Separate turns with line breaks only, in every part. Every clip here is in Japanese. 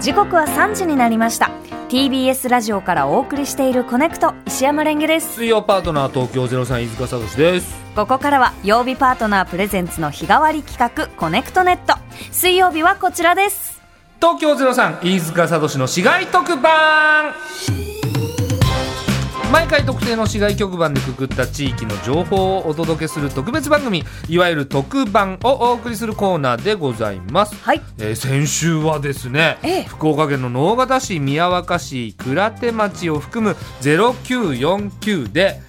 時刻は3時になりました TBS ラジオからお送りしているコネクト石山レンゲです
水曜パートナー東京ゼロ飯塚聡です。
ここからは曜日パートナープレゼンツの日替わり企画コネクトネット水曜日はこちらです
東京ゼロ飯塚聡の市街特番。毎回特定の市街局番でくくった地域の情報をお届けする特別番組、いわゆる特番をお送りするコーナーでございます。
はい
えー先週はですね、
ええ
福岡県の直方市宮若市鞍手町を含む0949で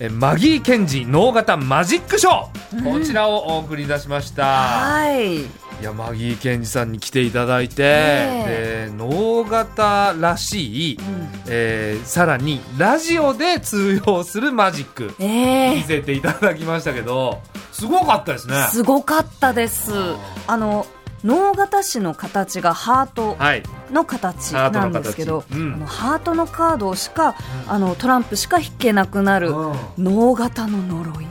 えーマギー・ケンジ直方マジックショー、こちらをお送り出しました
はい
いやマギー・ケンジさんに来ていただいて、
え
で直方らしい、えーさらにラジオで通用するマジック
え
見
え
せていただきましたけどすごかったですね
すごかったですあの能形市の形がハート
はい
の形なんですけど
ハートの形うん
あのハートのカードしかあのトランプしか引けなくなる能形の呪い
うん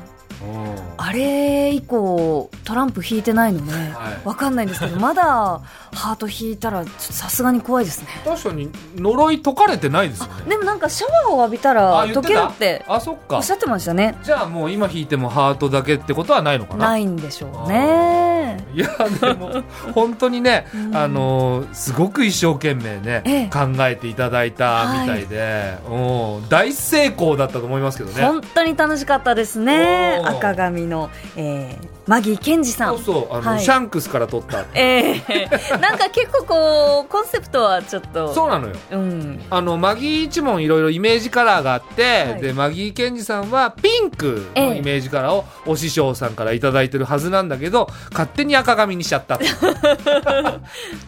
あれ以降トランプ引いてないのね、
はい
わかんないんですけ どまだハート引いたらちょっとさすがに怖いですね
確かに呪い解かれてないですよね
でもなんかシャワーを浴びたら
あ言
溶
ってた
けるって
あそっ
お
か
っしゃってましたね
じゃあもう今弾いてもハートだけってことはないのかな
ないんでしょうね
いやでも本当にね、
うん
あのーすごく一生懸命
え
ね、
え
考えていただいたみたいで、うん大成功だったと思いますけどね
本当に楽しかったですね
おー
赤髪の、えーマギー健二さ
そ
ん
うそうあの、
はい
シャンクスから 撮った
えー なんか結構こうコンセプトはちょっと
そうなのよ
うん
あのマギー一門いろいろイメージカラーがあって、
い
でマギー健二さんはピンクのイメージカラーをお師匠さんから頂だいてるはずなんだけど勝手に赤髪にしち ゃったっていう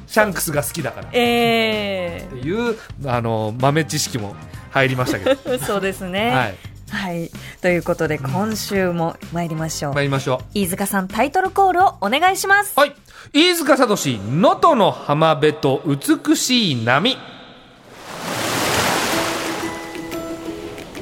シャンクスが好きだからっ
え
ていうあの豆知識も入りました けど、
ー、そうですね
はい、
はい、ということで今週も参りましょう、
参りましょ
飯塚さんタイトルコールをお願いします
うはい飯塚聡能登の浜辺と美しい波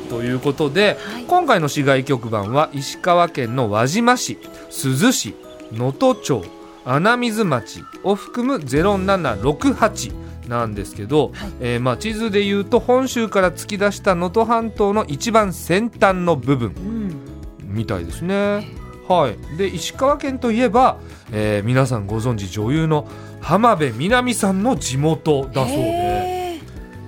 ということで、
はい
今回の市街局番は石川県の輪島市珠洲市能登町穴水町を含む0768なんですけど、
はい
えーまあ、地図でいうと本州から突き出した能登半島の一番先端の部分
うん、
みたいですね。はい、で石川県といえば、えー皆さんご存知女優の浜辺美波さんの地元だそうで
え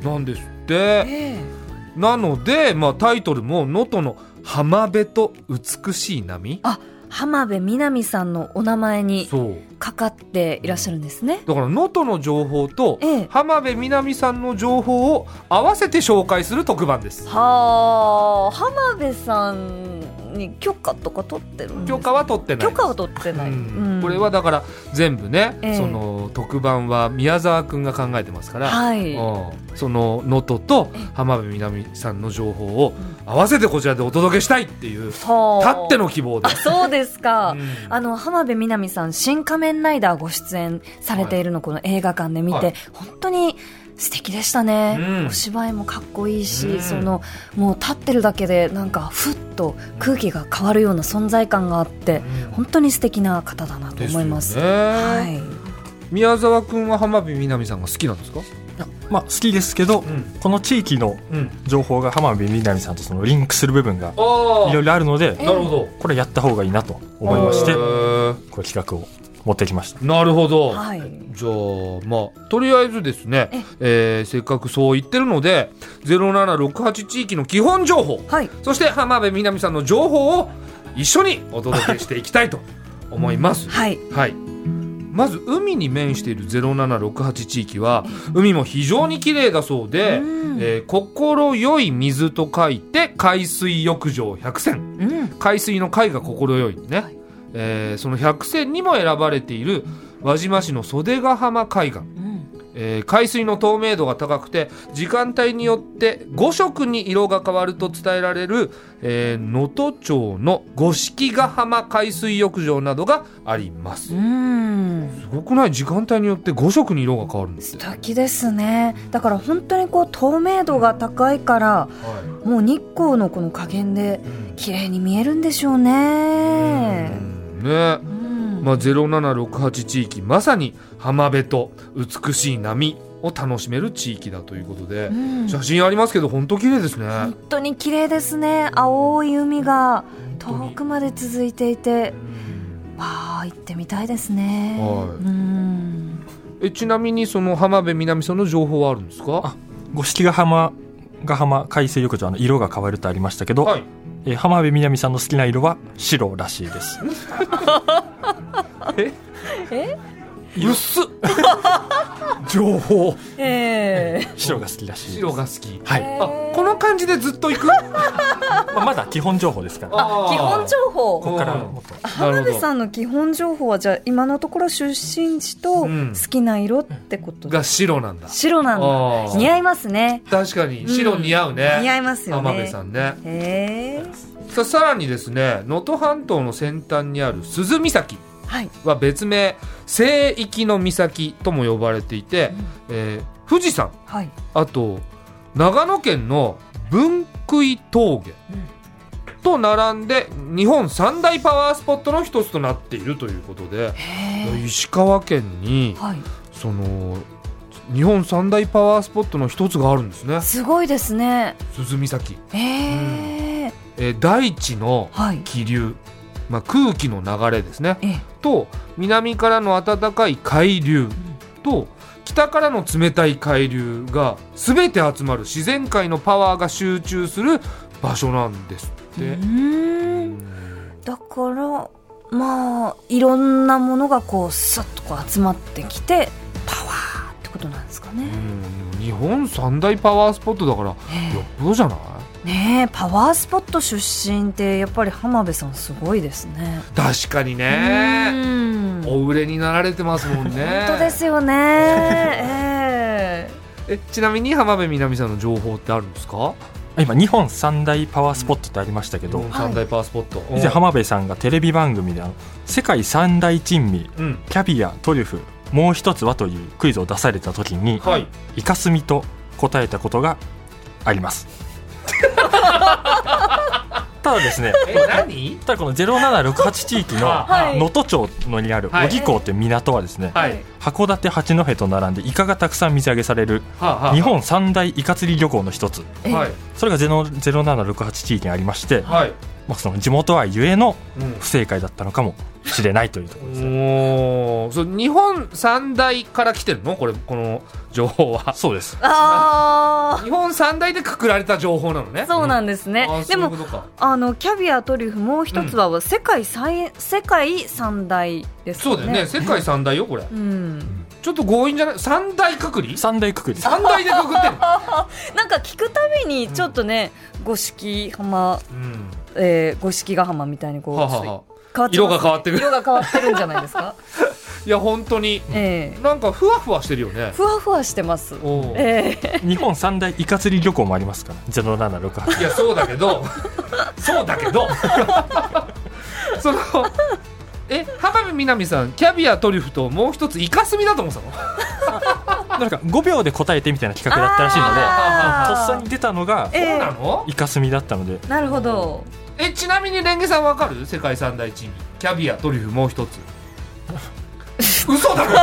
なんですっ
ー
て
えー
なので、まあ、タイトルも「能登の浜辺と美しい波
あ浜辺美波さんのお名前」に
そう
かかっていらっしゃるんですね
だから能登の情報と
ええ
浜辺美波さんの情報を合わせて紹介する特番です。
はあ浜辺さんに許可とか取ってるんです
許可は取ってない
許
です
可は取ってない、
うん
うん
これはだから全部ね、
ええ
その特番は宮沢君が考えてますから、
はい
うんその能登と浜辺美波さんの情報を合わせてこちらでお届けしたいっていう
は
たって
の
の希望で
あ
す。
そうですか、
うん
あの浜辺美波さん「新仮面ライダー」ご出演されているのこの映画館で見て、
はい
本当に素敵でしたね、
うん
お芝居もかっこいいし、
うん
そのもう立ってるだけでなんかふっと空気が変わるような存在感があって、本当に素敵な方だなと思います。
ですよね
はい、
宮沢君は浜辺美波さんが好きなんですか？
いやまあ好きですけど、
ん
この地域の
うん。
情報が浜辺美波さんとそのリンクする部分が
あ
いろいろあるので
え
なるほど。
これやった方がいいなと思いまして
へー
これ企画を持ってきました
なるほど。
はい
じゃあまあとりあえずですね
え、
えーせっかくそう言ってるので0768地域の基本情報
はい
そして浜辺美波さんの情報を一緒にお届けしていきたいと思います。
はい
はいまず海に面している0768地域は海も非常に綺麗だそうで、
うん
えー心よい水と書いて海水浴場100選
うん
海水の海が心よいね、
い
えーその百選にも選ばれている輪島市の袖ヶ浜海岸、
うん
えー海水の透明度が高くて時間帯によって5色に色が変わると伝えられるえー能登、町の五色ヶ浜海水浴場などがあります、
うん
すごくない時間帯によって5色に色が変わるんです
素
よ、
敵ですねだから本当にこう透明度が高いからもう日光のこの加減で
うん
綺麗に見えるんでしょう
う
ね。
んね
うん
まあ、0768地域まさに浜辺と美しい波を楽しめる地域だということで
う、ん
写真ありますけど本当綺麗ですね。
本当に綺麗ですね青い海が遠くまで続いていてわあ行ってみたいですね、
はい
うん
えちなみにその浜辺南さんの情報はあるんですか？
五色ヶ浜ヶ浜海水浴場あの色が変わるとありましたけど、
はい。
えー浜辺美波さんの好きな色は白らしいです
え？
え？
薄っ。情報。
え
白が好きらしいです
白が好き。
はい、
え
あこの感じでずっと行く？
まあ、まだ基本情報ですからこ
あ
基本情
こ
報
こからもっと
浜辺
ん
さんの基本情報はじゃあ今のところ出身地と
うん
好きな色ってことで、
が白なんだ。
白なんだ
あー
似合いますね
確かに白似合うね。
似合いますよね
浜辺さんね。
へえ
ささらにですね能登半島の先端にある鈴岬
はい
は別名聖域の岬とも呼ばれていて、えー富士山
はい
あと長野県の分杭峠と並んで日本三大パワースポットの一つとなっているということで
へえ
石川県に
はい
その日本三大パワースポットの一つがあるんですね
すごいですね
鈴岬、
へえ
えー大地の
はい
気流、まあ、空気の流れですね
ええ
と南からの暖かい海流と北からの冷たい海流が全て集まる自然界のパワーが集中する場所なんですっ
う。
て
ーんだからまあいろんなものがこうさっとこう集まってきてパワーってことなんですか
う
ね。
ん日本三大パワースポットだからよ
え
っぽどじゃない
えねえパワースポット出身ってやっぱり浜辺さんすごいですね。
確かに
う
ね
ん本
お売れになられてますもんね
当ですよ ね。え
えちなみに浜辺美波さんの情報ってあるんですか
今日本三大パワースポットってありましたけ
日
ど、
本三大パワースポット、
以前浜辺さんがテレビ番組であの「世界三大珍味
うん
キャビアトリュフもう一つは?」というクイズを出された時に
はい
「イカスミ」と答えたことがあります ただですね
え何
ただこの0768地域の
はい
能登町のにある
はい
小木港って港はですね、
は、
はいい
函館八戸と並んでイカがたくさん水揚げされる
はあはあ
日本三大イカ釣り漁港の一つ
え
はい
それが0 0768地域にありまして、
はい、
まあ、その地元愛ゆえの
うん
不正解だったのかもしれないというところですね。
おーそう日本三大から来てるのこれこの情報は
そうです
あ
日本三大でくくられた情報なのね
あそうなんですね。
あー
で
そういう
も
ことか
あのキャビアトリュフもう一つは世界最、世界三大です
そ
よ
うだよね世界三大よこれ
うん。
ちょっと強引じゃない三大くくり
三大くくりです
三大でくくってる
なんか聞くたびにちょっとね、五色浜、
うん
えー、五色ヶ浜みたいにこう、
はあはあはあ
変わっ
色が変わってくる
色が変わってるんじゃないです か。
いや本当に
ええ
なんかふわふわしてるよね
ふわふわしてます。
おー
ええ
日本三大イカ釣り漁港もありますから0768
いやそうだけ どそうだけど そのえ浜辺美波さんキャビアトリュフともう一つイカスミだと思ってたの
なんか5秒で答えてみたいな企画だったらしいので
あ
と
ー
っさに出たのが
え
そう
え
なの
イカスミだったので
なるほど。
えちなみにレンゲさんわかる世界三大珍味キャビアトリュフもう 一つ嘘だろ
い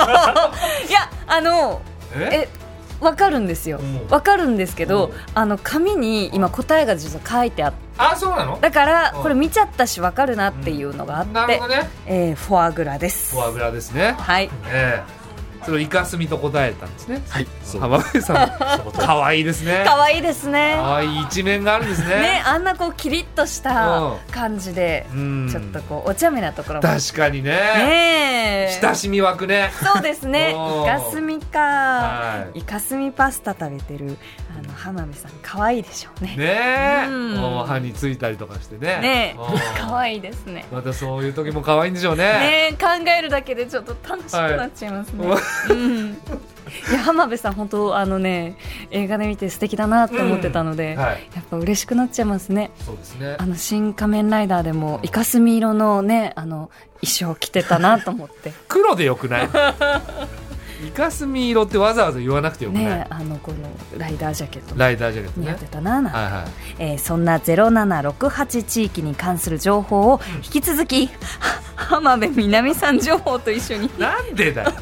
や、あの、え、
え
わかるんですよ
うん。
わかるんですけ
う
ど
ん、
あの紙に今答えが実は書いてあって。
あそうなの
だから
うん
これ見ちゃったしわかるなっていうのがあっ
なる
て
ほど、ね
えー、フォアグラです
フォアグラですね
はい
ええそれをイカスミと答えたんですね
はいそう
浜辺さん
そうです
可愛いですね
可愛いですね
可愛い一面があるんですね
ねあんなこうキリッとした
うん
感じで
うん
ちょっとこうお茶目なところも
確かにね
ねえ
親しみ湧くね
そうですね
おー
イカスミ
は
か
い
イカスミパスタ食べてるあの浜辺さん可愛いでしょうね
ねえ
うん
もう歯についたりとかしてね
ねえ
うん
可愛いですね
またそういう時も可愛いんでしょうね
ねえ考えるだけでちょっと楽しくなっちゃいますね、
はい
うんいや浜辺さん本当あのね映画で見て素敵だなって思ってたので、
はい
やっぱ嬉しくなっちゃいますね
そうですね
あの新仮面ライダーでもイカスミ色のねあの衣装着てたなと思 って
黒でよ くないイカスミ色ってわざわざ言わなくてよくない、
ねあのこのライダージャケット
ライダージャケット
似合
ね
ってたななんて
はいはい
えーそんな0768地域に関する情報を引き続きは浜辺美波さん情報と一緒に
なんでだよ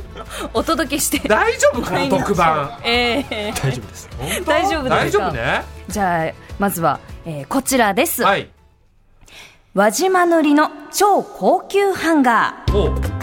お届けして
大丈夫この特番
ええ
大丈夫です
大丈夫ですか
大丈夫ね
じゃあまずは、えーこちらです、
はい
輪島塗の超高級ハンガ
お
ー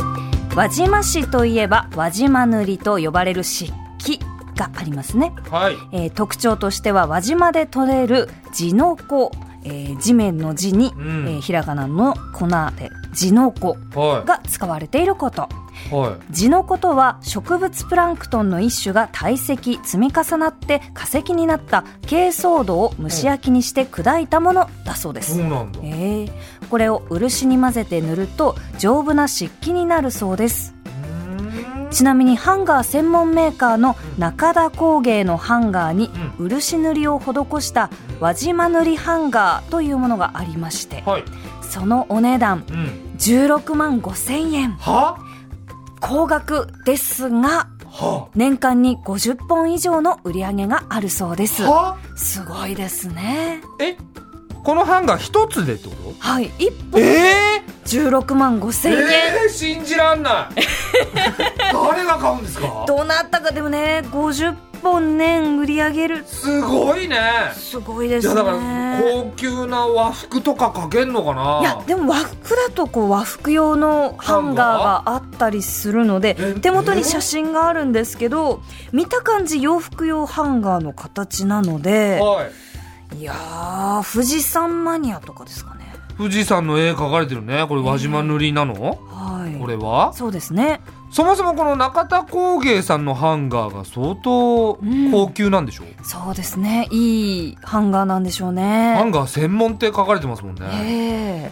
輪島市といえば輪島塗と呼ばれる漆器がありますね
はい
えー特徴としては輪島で取れる地の粉、えー地面の地に、
うん
えーひらがなの粉で地の粉
は
が使われていること
いは
地の粉とは植物プランクトンの一種が堆積積み重なって化石になった珪藻土を蒸し焼きにして砕いたものだそうで
いそ
す、
うなんだ
えーこれを漆に混ぜて塗ると丈夫な漆器になるそうですちなみにハンガー専門メーカーの中田工芸のハンガーに漆塗りを施した輪島塗りハンガーというものがありまして
はい
そのお値段
うん
16万5千円
は
高額ですが
は
年間に50本以上の売り上げがあるそうです
は
すごいですね
えこのハンガー一つでってこ
はい1
と
本
えー
16万5千円、
えー、信じらんない 誰が買うんですか
どうなったかでもね50本年売り上げる
すごいね
すごいで
じゃ
す
あ
ね
だから高級な和服とかかけんのかない
やでも和服だとこう和服用のハンガーがあったりするので
ハンガーえ
手元に写真があるんですけど見た感じ洋服用ハンガーの形なので
はい
いやー富士山マニアとかですかね
富士山の絵描かれてるねこれ輪島塗りなの、
はい
これは
そうですね
そもそもこの中田工芸さんのハンガーが相当
うん
高級なんでしょう、
そうですねいいハンガーなんでしょう
ハ
ね
ンガー専門って書かれてますもんね、
ええ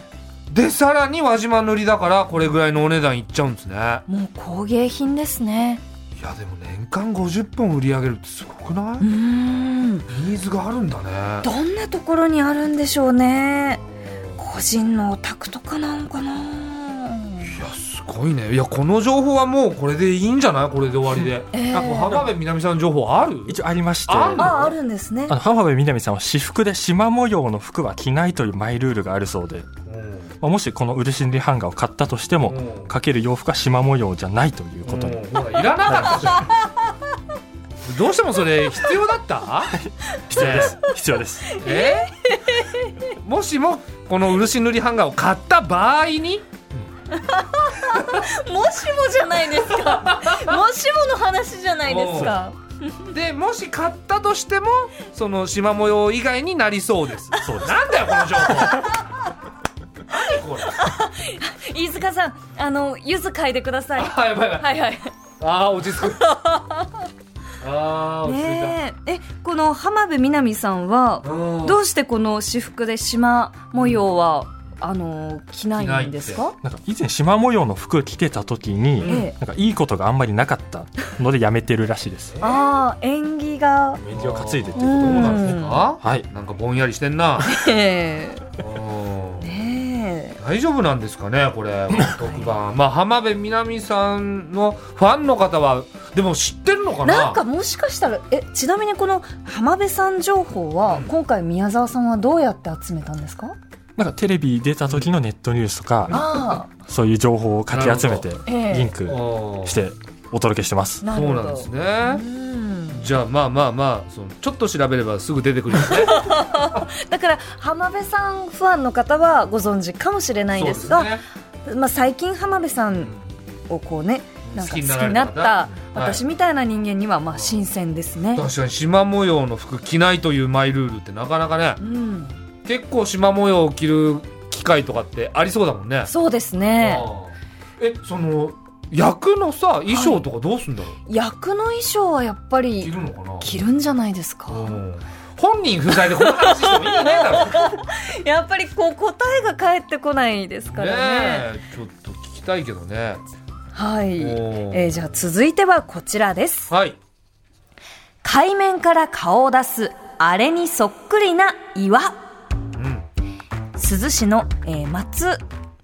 でさらに輪島塗りだからこれぐらいのお値段いっちゃうんですねいや
もう工芸品ですね
でも年間50本売り上げるってすごくないう
ーん
ニーズがあるんだね
どんなところにあるんでしょうね個人のお宅とかなのかない
やすごいねいやこの情報はもうこれでいいんじゃないこれで終わりで、
ええ
あこう浜辺美波さん情報ある
一応ありまして
あんの
ああるんですね
あの浜辺美波さんは私服で縞模様の服は着ないというマイルールがあるそうで、
うん
まあ、もしこの漆塗りハンガーを買ったとしても
うん
かける洋服は縞模様じゃないということに、
うんほらいらなかったじゃ んどうしてもそれ必要だった
必要です必要です
えもしもこの漆塗りハンガーを買った場合に
もしもじゃないですかもしもの話じゃないですか
でもし買ったとしてもその縞模様以外になりそう です
そうです
なんだよこの情報何これ
飯塚さんあのゆず嗅いでください
あやばいやばい
はいはい
あー落ち着 くあー落ち着いた、
ねええこの浜辺美波さんは
うん
どうしてこの私服で縞模様はあの着ないんですか
なんか以前縞模様の服着てた時に、
うん
ええ
なんかいいことがあんまりなかったのでやめてるらしいです
ああ縁起が
免疫を担いでっていうこ
う
と
どう
な
なんん
で
ですす
か
か、
はい
なんかぼんやりして んな
え
うん
えね
大丈夫なんですかねこれ特番まあ浜辺美波さんのファンの方はでも知ってるのか
え
な
なんかもしかしたらえちなみにこの浜辺さん情報は今回宮沢さんはどうやって集めたんですか
なんかテレビ出た時のネットニュースとか、
あ
そういう情報をかき集めて
なる
ええ
リンク
うん
してお届けしてます
あなる
そう
ほど
なんですね、
うん
じゃあまあまあまあそのちょっと調べればすぐ出てくるよね
だから浜辺さんファンの方はご存知かもしれ ないですが
そうね
まあ、最近浜辺さ
うん
んをこうねなんか好
好
きに
きになられた
なった
方はい
私みたいな人間にはまあ新鮮ですね。
確かに縞模様の服着ないというマイルールってなかなかね
うん、
結構縞模様を着る機会とかってありそうだもんね
そうですね
あーえその役のさ衣装とかどうすんだろう、
役の衣装はやっぱ
着
り
るのかな
着るんじゃないです
う
か
ん本人不在でこの話しても意味ないだろ
やっぱりこう答えが返ってこないですからね。
ねえちょっと聞きたいけどね。
はい、
おー
えーじゃあ続いてはこちらです
はい。
海面から顔を出すあれにそっくりな岩
うん。
珠洲市の、えー松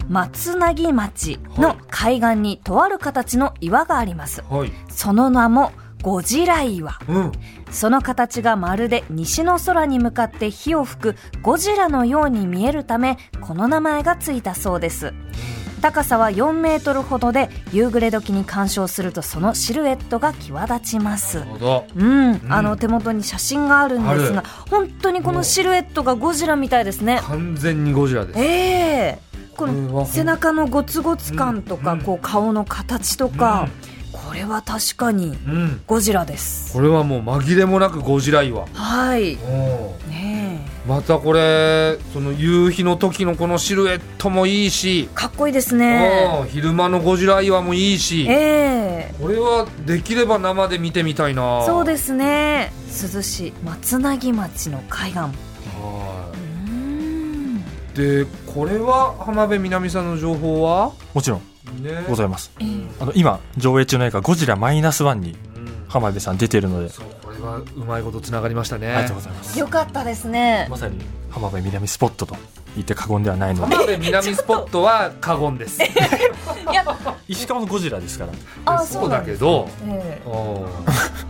松なぎ町の海岸にとある形の岩があります
はい。
その名もゴジラ岩
うん。
その形がまるで西の空に向かって火を吹くゴジラのように見えるためこの名前がついたそうです高さは4メートルほどで夕暮れ時に鑑賞するとそのシルエットが際立ちます
なるほど
うん、
ん
あの手元に写真があるんです
あ
が本当にこのシルエットがゴジラみたいですね
完全にゴジラです
ええこ
これは
の背中のゴツゴツ感とか、
うん
こう顔の形とか、これは確かに
うん
ゴジラです
これはもう紛れもなくゴジラ岩
はい
おー
ねえ
またこれその夕日の時のこのシルエットもいいし、
かっこいいですね
おー昼間のゴジラ岩もいいし、
ええ
これはできれば生で見てみたいな
そうですすね涼しい松なぎ町の海岸うーん
でこれは浜辺美波さんの情報は
もちろん
ね
ございます
ええ
あの今上映中の映画「ゴジラマイナスワンに
うん
浜辺さん出てるので、
そうこれはうまいことつながりましたね
ありがとうございます
よかったですね
まさに浜辺南スポットと言って過言ではないので
浜辺南スポットは過 言です
いや
石川のゴジラですから
あ
そうだけど
そうなんですねえ
おー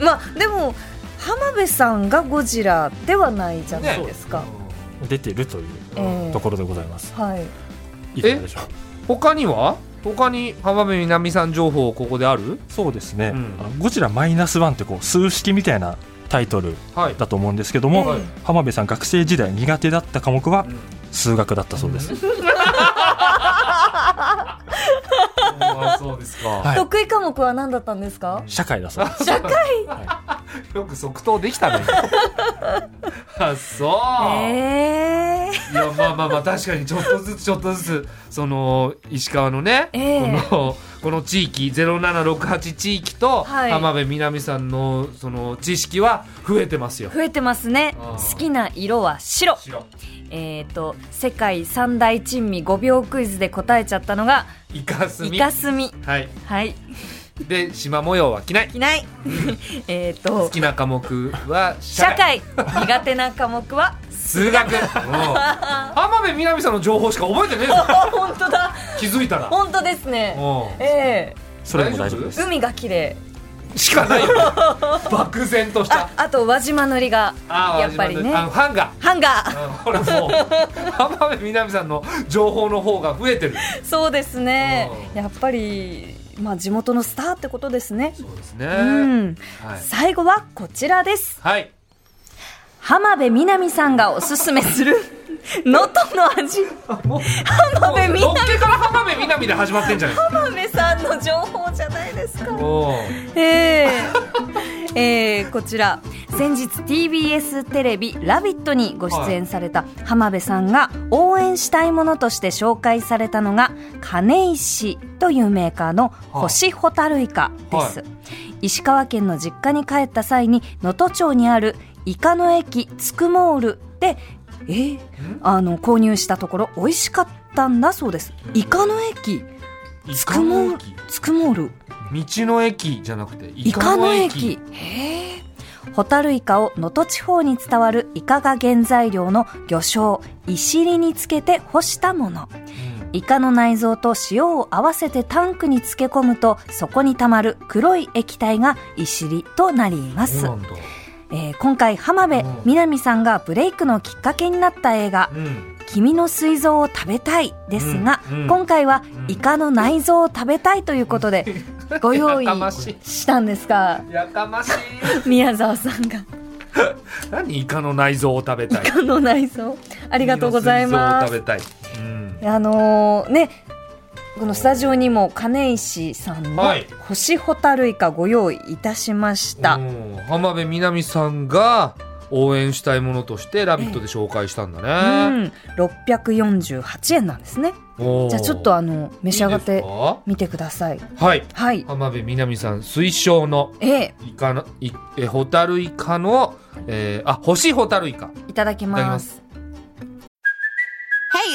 えまあでも浜辺さんがゴジラではないじゃないですか、
出てるという
ええ
ところでございます、
はい
いかがでしょう
他には他に浜辺美波さん情報ここである
そうですね、
うん
あのゴジラマイナスワンってこう数式みたいなタイトル
はい
だと思うんですけども、
はい
浜辺さん学生時代苦手だった科目は数学だったそうです、
あーそうですか、
はい
得意科目は何だったんですか
社会だそうです
社会
よく即答で きたねあそう、
え
いやまあまあまあ確かにちょっとずつちょっとずつその石川のね、
ええ
このこの地域0768地域と
はい
浜辺美波さんのその知識は増えてますよ
ー、。増えてますね
あー
好きな色は白
白
えっ、と世界三大珍味5秒クイズで答えちゃったのが
イカス
イ
ミ
カスミ
はい
はい
で縞模様は着ない
着ない えっ
好
と
きな科目は社
社会
会
苦手な科目は
数学うん浜辺美波さんの情報しか覚えてねえぞ
あ本当だ
気づいたら。
本当ですね
う
え
それでも大丈夫で
え
す
海が綺麗
んしかないよね漠然とした
ああと輪島塗りが
あー
やっぱりね
あのファンが
ハンガー
ほらもう浜辺美波さんの情報の方が増えてる
そうですね
うん
やっぱりまあ地元のスターってことですね
そうですね、
うん
はい、
最後はこちらです
はい、
浜辺美波さんがおすすめする能登の味
浜
辺美波
のっけから浜辺美波で始まってんじゃない
浜辺さんの情報じゃないですか
お
えーえーこちら先日 TBS テレビ「ラビット!」にご出演された浜辺さんが応援したいものとして紹介されたのが金石というメーカーの干しホタルイカです、
は
石川県の実家に帰った際に能登町にあるイカの駅つくモールでえーあの購入したところ美味しかったんだそうですイカの駅
ー
つくも
道
つくモール
の駅じゃなくて
イカの駅へえホタルイカを能登地方に伝わるイカが原材料の魚醤イシリにつけて干したもの
うん
イカの内臓と塩を合わせてタンクに漬け込むとそこにたまる黒い液体がイシリとなります
そう、なんだ
えー今回浜辺
うん
美波さんがブレイクのきっかけになった映画
うん
「君の膵臓を食べたい」ですが、
うんうん
今回は
うん
イカの内臓を食べたいということでご用意
やかましい
したんですが
やかま しい
宮沢さんが
何イカの内臓を食べたい
この内臓あ
あ
りがとうございます
食べたい、うん
あのーねこのスタジオにも金石さんの
はい
星ホタルイカご用意いたしました、
うん浜辺美波さんが応援したいものとして「ラビット!」で紹介したんだ
う
ね、
ん、648円なんですねじゃあちょっとあの召
召
し上がってみてください
はい
はい
浜辺美波さん推奨の
ええ
イカのいえホタルイカの、えー、あ星ホタルイカ
いただき
いただ
ま
きますす
Hey,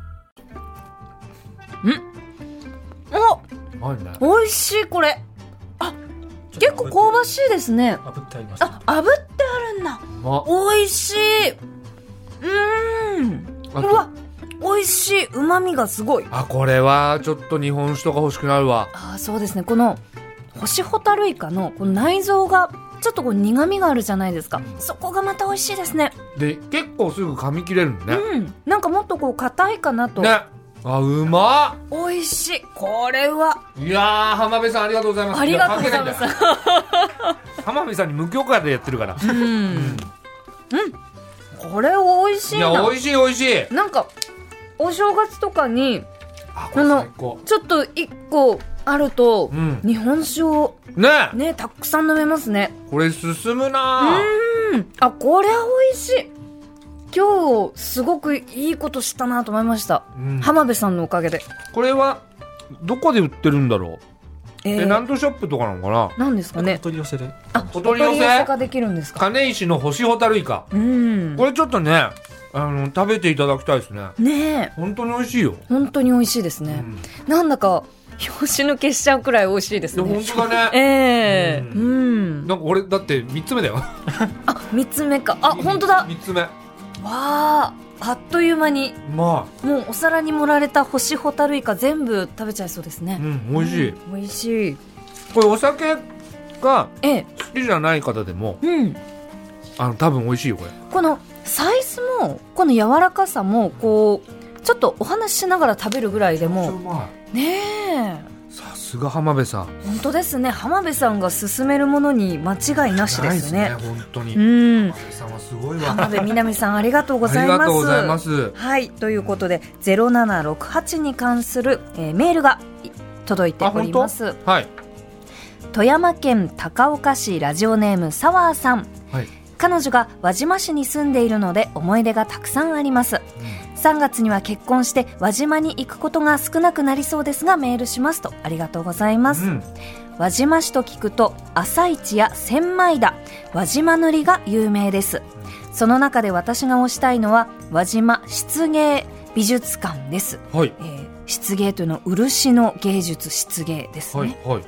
お
甘いね
美味しいこれ結構香ばしいですね
炙ってあります
あ炙ってあるんだ
ま
美味しいうーん
あ
うわ美味しいうまみがすごい
あこれはちょっと日本酒とか欲しくなるわ
あーそうですねこのホシホタルイカのこの内臓がちょっとこう苦みがあるじゃないですか、そこがまた美味しいですね
で結構すぐ噛み切れるのね、
うんなんかもっとこう硬いかなと、
ねあうまっ
美味しいこれはい
やー浜辺さんありがとうございます
ありがとうござい
や
ま
関
す
係なだよ浜辺さんに無許可でやってるから
うん、うん、これ美味しい
い
な
や美味しい美味しい
なんかお正月とかに
あこれ最高
ちょっと一個あると、
うん
日本酒を
ね
ねたくさん飲めますね
これ進むなー
うんあこれは美味しい今日すごくいいことしたなと思いました、
うん
浜辺さんのおかげで
これはどこで売ってるんだろう
え
え
ー、
なんとショップとかなのかな
なんですか
お
ね
取り寄せで
あ
お取り寄せ
お寄せができるんですか
金石の星ホタルイカ
うん
これちょっとねあの食べていただきたいですね
ねえ
本当に美味しいよ
本当に美味しいですね、なんだか拍子抜けしちゃうくらい美味しいで
い
す
や
ね
本当だね
ええ
う
うん、
なんか俺だって3つ目だよ
あ3つ目かあ本当 だわ
3つ目う
ああっという間に
ま
もうお皿に盛られた干しホタルイカ全部食べちゃいそうです
い
ね
う、ん美味しい
美味しい
これお酒が
ええ
好きじゃない方でも
うん
あの多分美味しいよこれ
このサイズもこの柔らかさもこうちょっとお話ししながら食べるぐらいで
めっちゃう
も
ま
ねえ
いさすが浜辺さん
本当ですね浜辺さんが勧めるものに間違いなしで
ないっ
すね
本当に
う
浜
ん
辺さんはすごいわ
浜
あ
辺みなみさんありがとうござい
り
ます
がとうございます
はいということで0768に関する、えーメールがい届いております
はい
富山県高岡市ラジオネームサワーさん
はい
彼女が輪島市に住んでいるので思い出がたくさんあります、3月には結婚して輪島に行くことが少なくなりそうですがメールしますとありがとうございます、
うん
輪島市と聞くと朝市や千枚田輪島塗が有名ですその中で私が推したいのは輪島漆芸美術館です、
はい
えー漆芸というのは漆の芸術漆芸ですね、
はいはい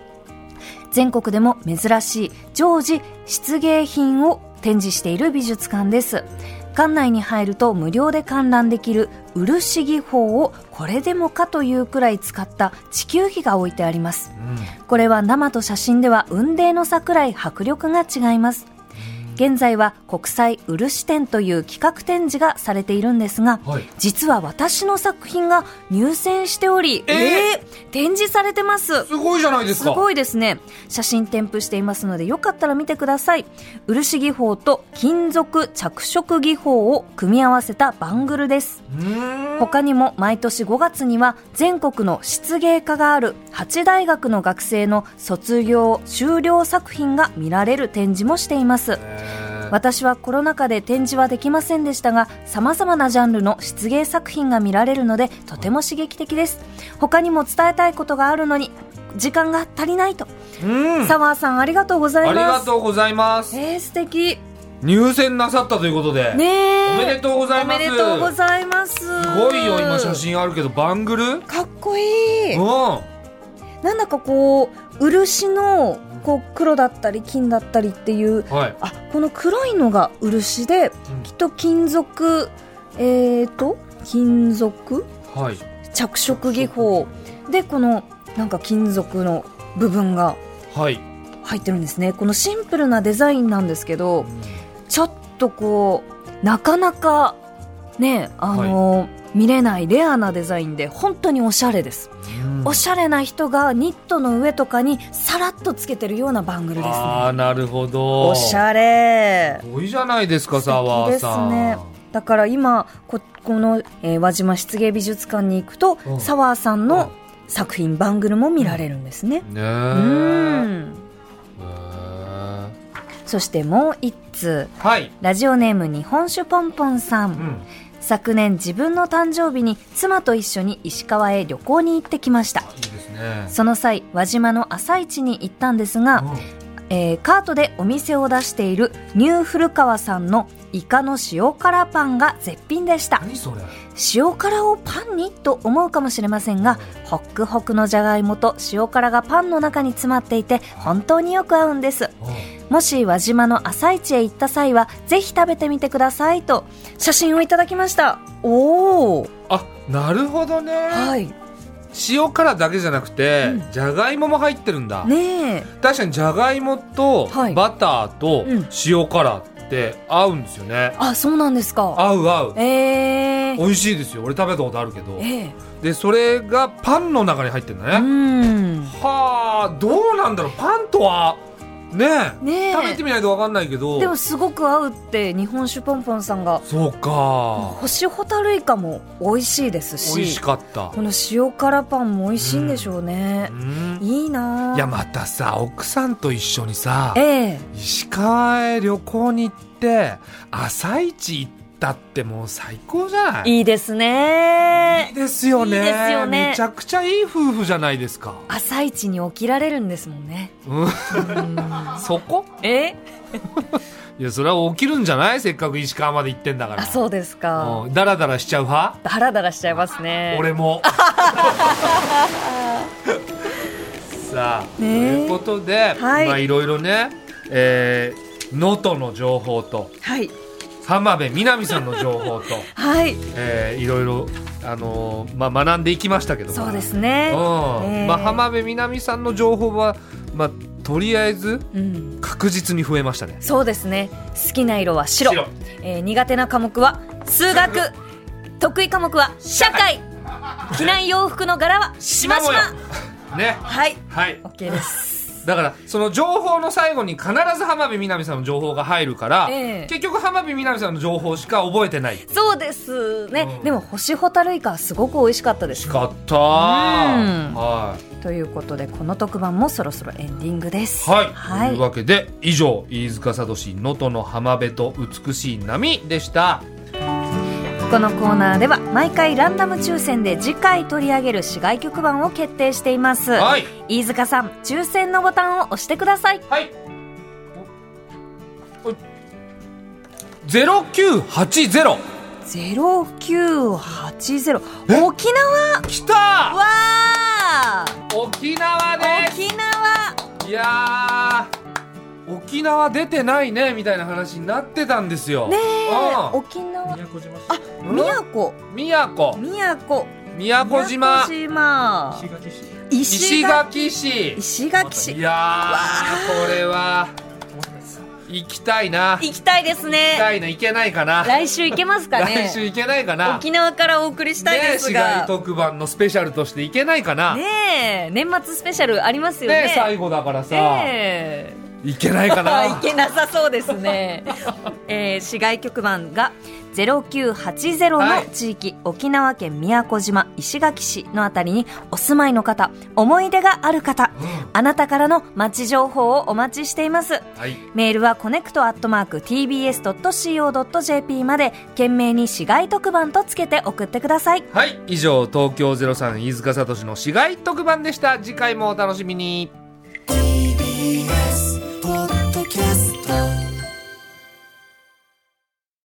全国でも珍しい常時漆芸品を展示している美術館です館内に入ると無料で観覧できる漆技法をこれでもかというくらい使った地球儀が置いてありますこれは生と写真では雲泥の差くらい迫力が違います現在は国際漆展という企画展示がされているんですが、
はい
実は私の作品が入選しており、ー
えー
展示されてます
すごいじゃないです
す
か
ごいですね写真添付していますのでよかったら見てください漆技法と金属着色技法を組み合わせたバングルです
うーん
他にも毎年5月には全国の漆芸家がある8大学の学生の卒業修了作品が見られる展示もしています
えー
私はコロナ禍で展示はできませんでしたが様々なジャンルの漆芸作品が見られるのでとても刺激的です他にも伝えたいことがあるのに時間が足りないと
うん
サワーさんありがとうございま
あ
す
りがとうございます
えー、素敵
入選なさったということで
ねえ
おめでとうございます
おめでとうございますす
すごいよ今写真あるけどバングルうん
かっこいい
あ
なんだかこう漆のこう黒だったり金だったりっていう
はい
あこの黒いのが漆で、
うん
きっと金属えー、と金属
はい
着色技法でこのなんか金属の部分が
はい
入ってるんですねこのシンプルなデザインなんですけどちょっとこうなかなかねあの、見れないレアなデザインで本当におしゃれです
うん
おしゃれな人がニットの上とかにさらっとつけてるようなバングルです
あ
ね
あなるほど
おしゃれ
すごいじゃないですか
素敵
サワー
です
さん
ねだから今ここの、えー輪島漆芸美術館に行くと、
うん
サワーさんの作品バングルも見られるんですね、
ね
う
え
ん
へえ
そしてもう一通
はい
ラジオネーム日本酒ポンポンさん、
うん
昨年自分の誕生日に妻と一緒に石川へ旅行に行ってきました
いいですね
その際輪島の朝市に行ったんですが、
うん
えーカートでお店を出しているニュー古川さんのイカの塩辛パンが絶品でした
何それ
塩辛をパンにと思うかもしれませんがホックホクのじゃがいもと塩辛がパンの中に詰まっていて本当によく合うんですもし輪島の朝市へ行った際はぜひ食べてみてくださいと写真をいただきましたおお
あなるほどね、
はい
塩辛だけじゃなくて、じゃがいもも入ってるんだ、
ねえ
確かにじゃがいもと
はい
バターと
うん
塩辛って合うんですよね、
あそうなんですか
合う合う
ええ
美味しいですよ俺食べたことあるけど
ええ
でそれがパンの中に入ってるんだね、
うん
はあどうなんだろうパンとはねえ
ねえ
食べてみないと分かんないけど
でもすごく合うって日本酒ポンポンさんが
そうか
星ホタルイカも美味しいですし
美味しかった
この塩辛パンも美味しいんでしょうね
う、ん
いいなあ
いやまたさ奥さんと一緒にさ
ええ
石川へ旅行に行って朝市行ったってもう最高じゃないい
いいですね
ですよね
いいですよね
めちゃくちゃいい夫婦じゃないですか、
朝一に起きられるんですもんね
うん、そこ
え
いやそれは起きるんじゃないせっかく石川まで行ってんだから
あそうですか
うんダラダラしちゃう派
ダラダラしちゃいますね
俺もさあ、
ねえ
ということで、
はい
い、まあいろいろねえー能登、の情報と
はい
浜辺美波さんの情報と、
はい
えーいろいろあのーまあ学んでいきましたけども
そうです
う
ねえ
ん、
え
まあ浜辺美波さんの情報はまあとりあえず
うん
確実に増えましたね
そうですね好きな色は白
白
えー苦手な科目は数学得意科目は社会着ない洋服の柄はしましま
ね
はい
はい
OK です
だからその情報の最後に必ず浜辺美波さんの情報が入るから、
ええ
結局浜辺美波さんの情報しか覚えてない。
そうですね、
うん
でも星ホタルイカはすごく美味しかったです
しかったー
うん
は
ということでこの特番もそろそろエンディングです
い、はい
は
と
い
いうわけで以上飯塚聡能登の浜辺と美しい波でした
このコーナーでは毎回ランダム抽選で次回取り上げる市外局番を決定しています、
はい
飯塚さん抽選のボタンを押してください
はいゼロ九八ゼロ
0980沖縄
来た
わあ
沖縄です
沖縄
いやー沖縄出てないねみたいな話になってたんですよ
ねえ
う
沖縄
宮古島市
ん
宮古
うん宮古
宮古
宮古島
宮古島
石
石垣
石垣
垣市
市
石垣市
いやーこれは行きたいな行き
行きたいですね
たいな行けないかな
来週行けますかね
来週行けないかな
沖縄からお送りしたいです
ねえ市
が
街特番のスペシャルとして行けないかな
ね
ね
え年末スペシャルありますよね
え最後だからさ
ねえ
行けないか
あい
な
けなさそうです ね、えー、市外局番が0980
は
の
い
地域、沖縄県宮古島石垣市のあたりにお住まいの方思い出がある方、あなたからの街情報をお待ちしています
はい
メールはコネクトアットマーク TBS.CO.JP まで懸命に市外特番とつけて送ってください
はい以上東京03飯塚聡の市街特番でした次回もお楽しみに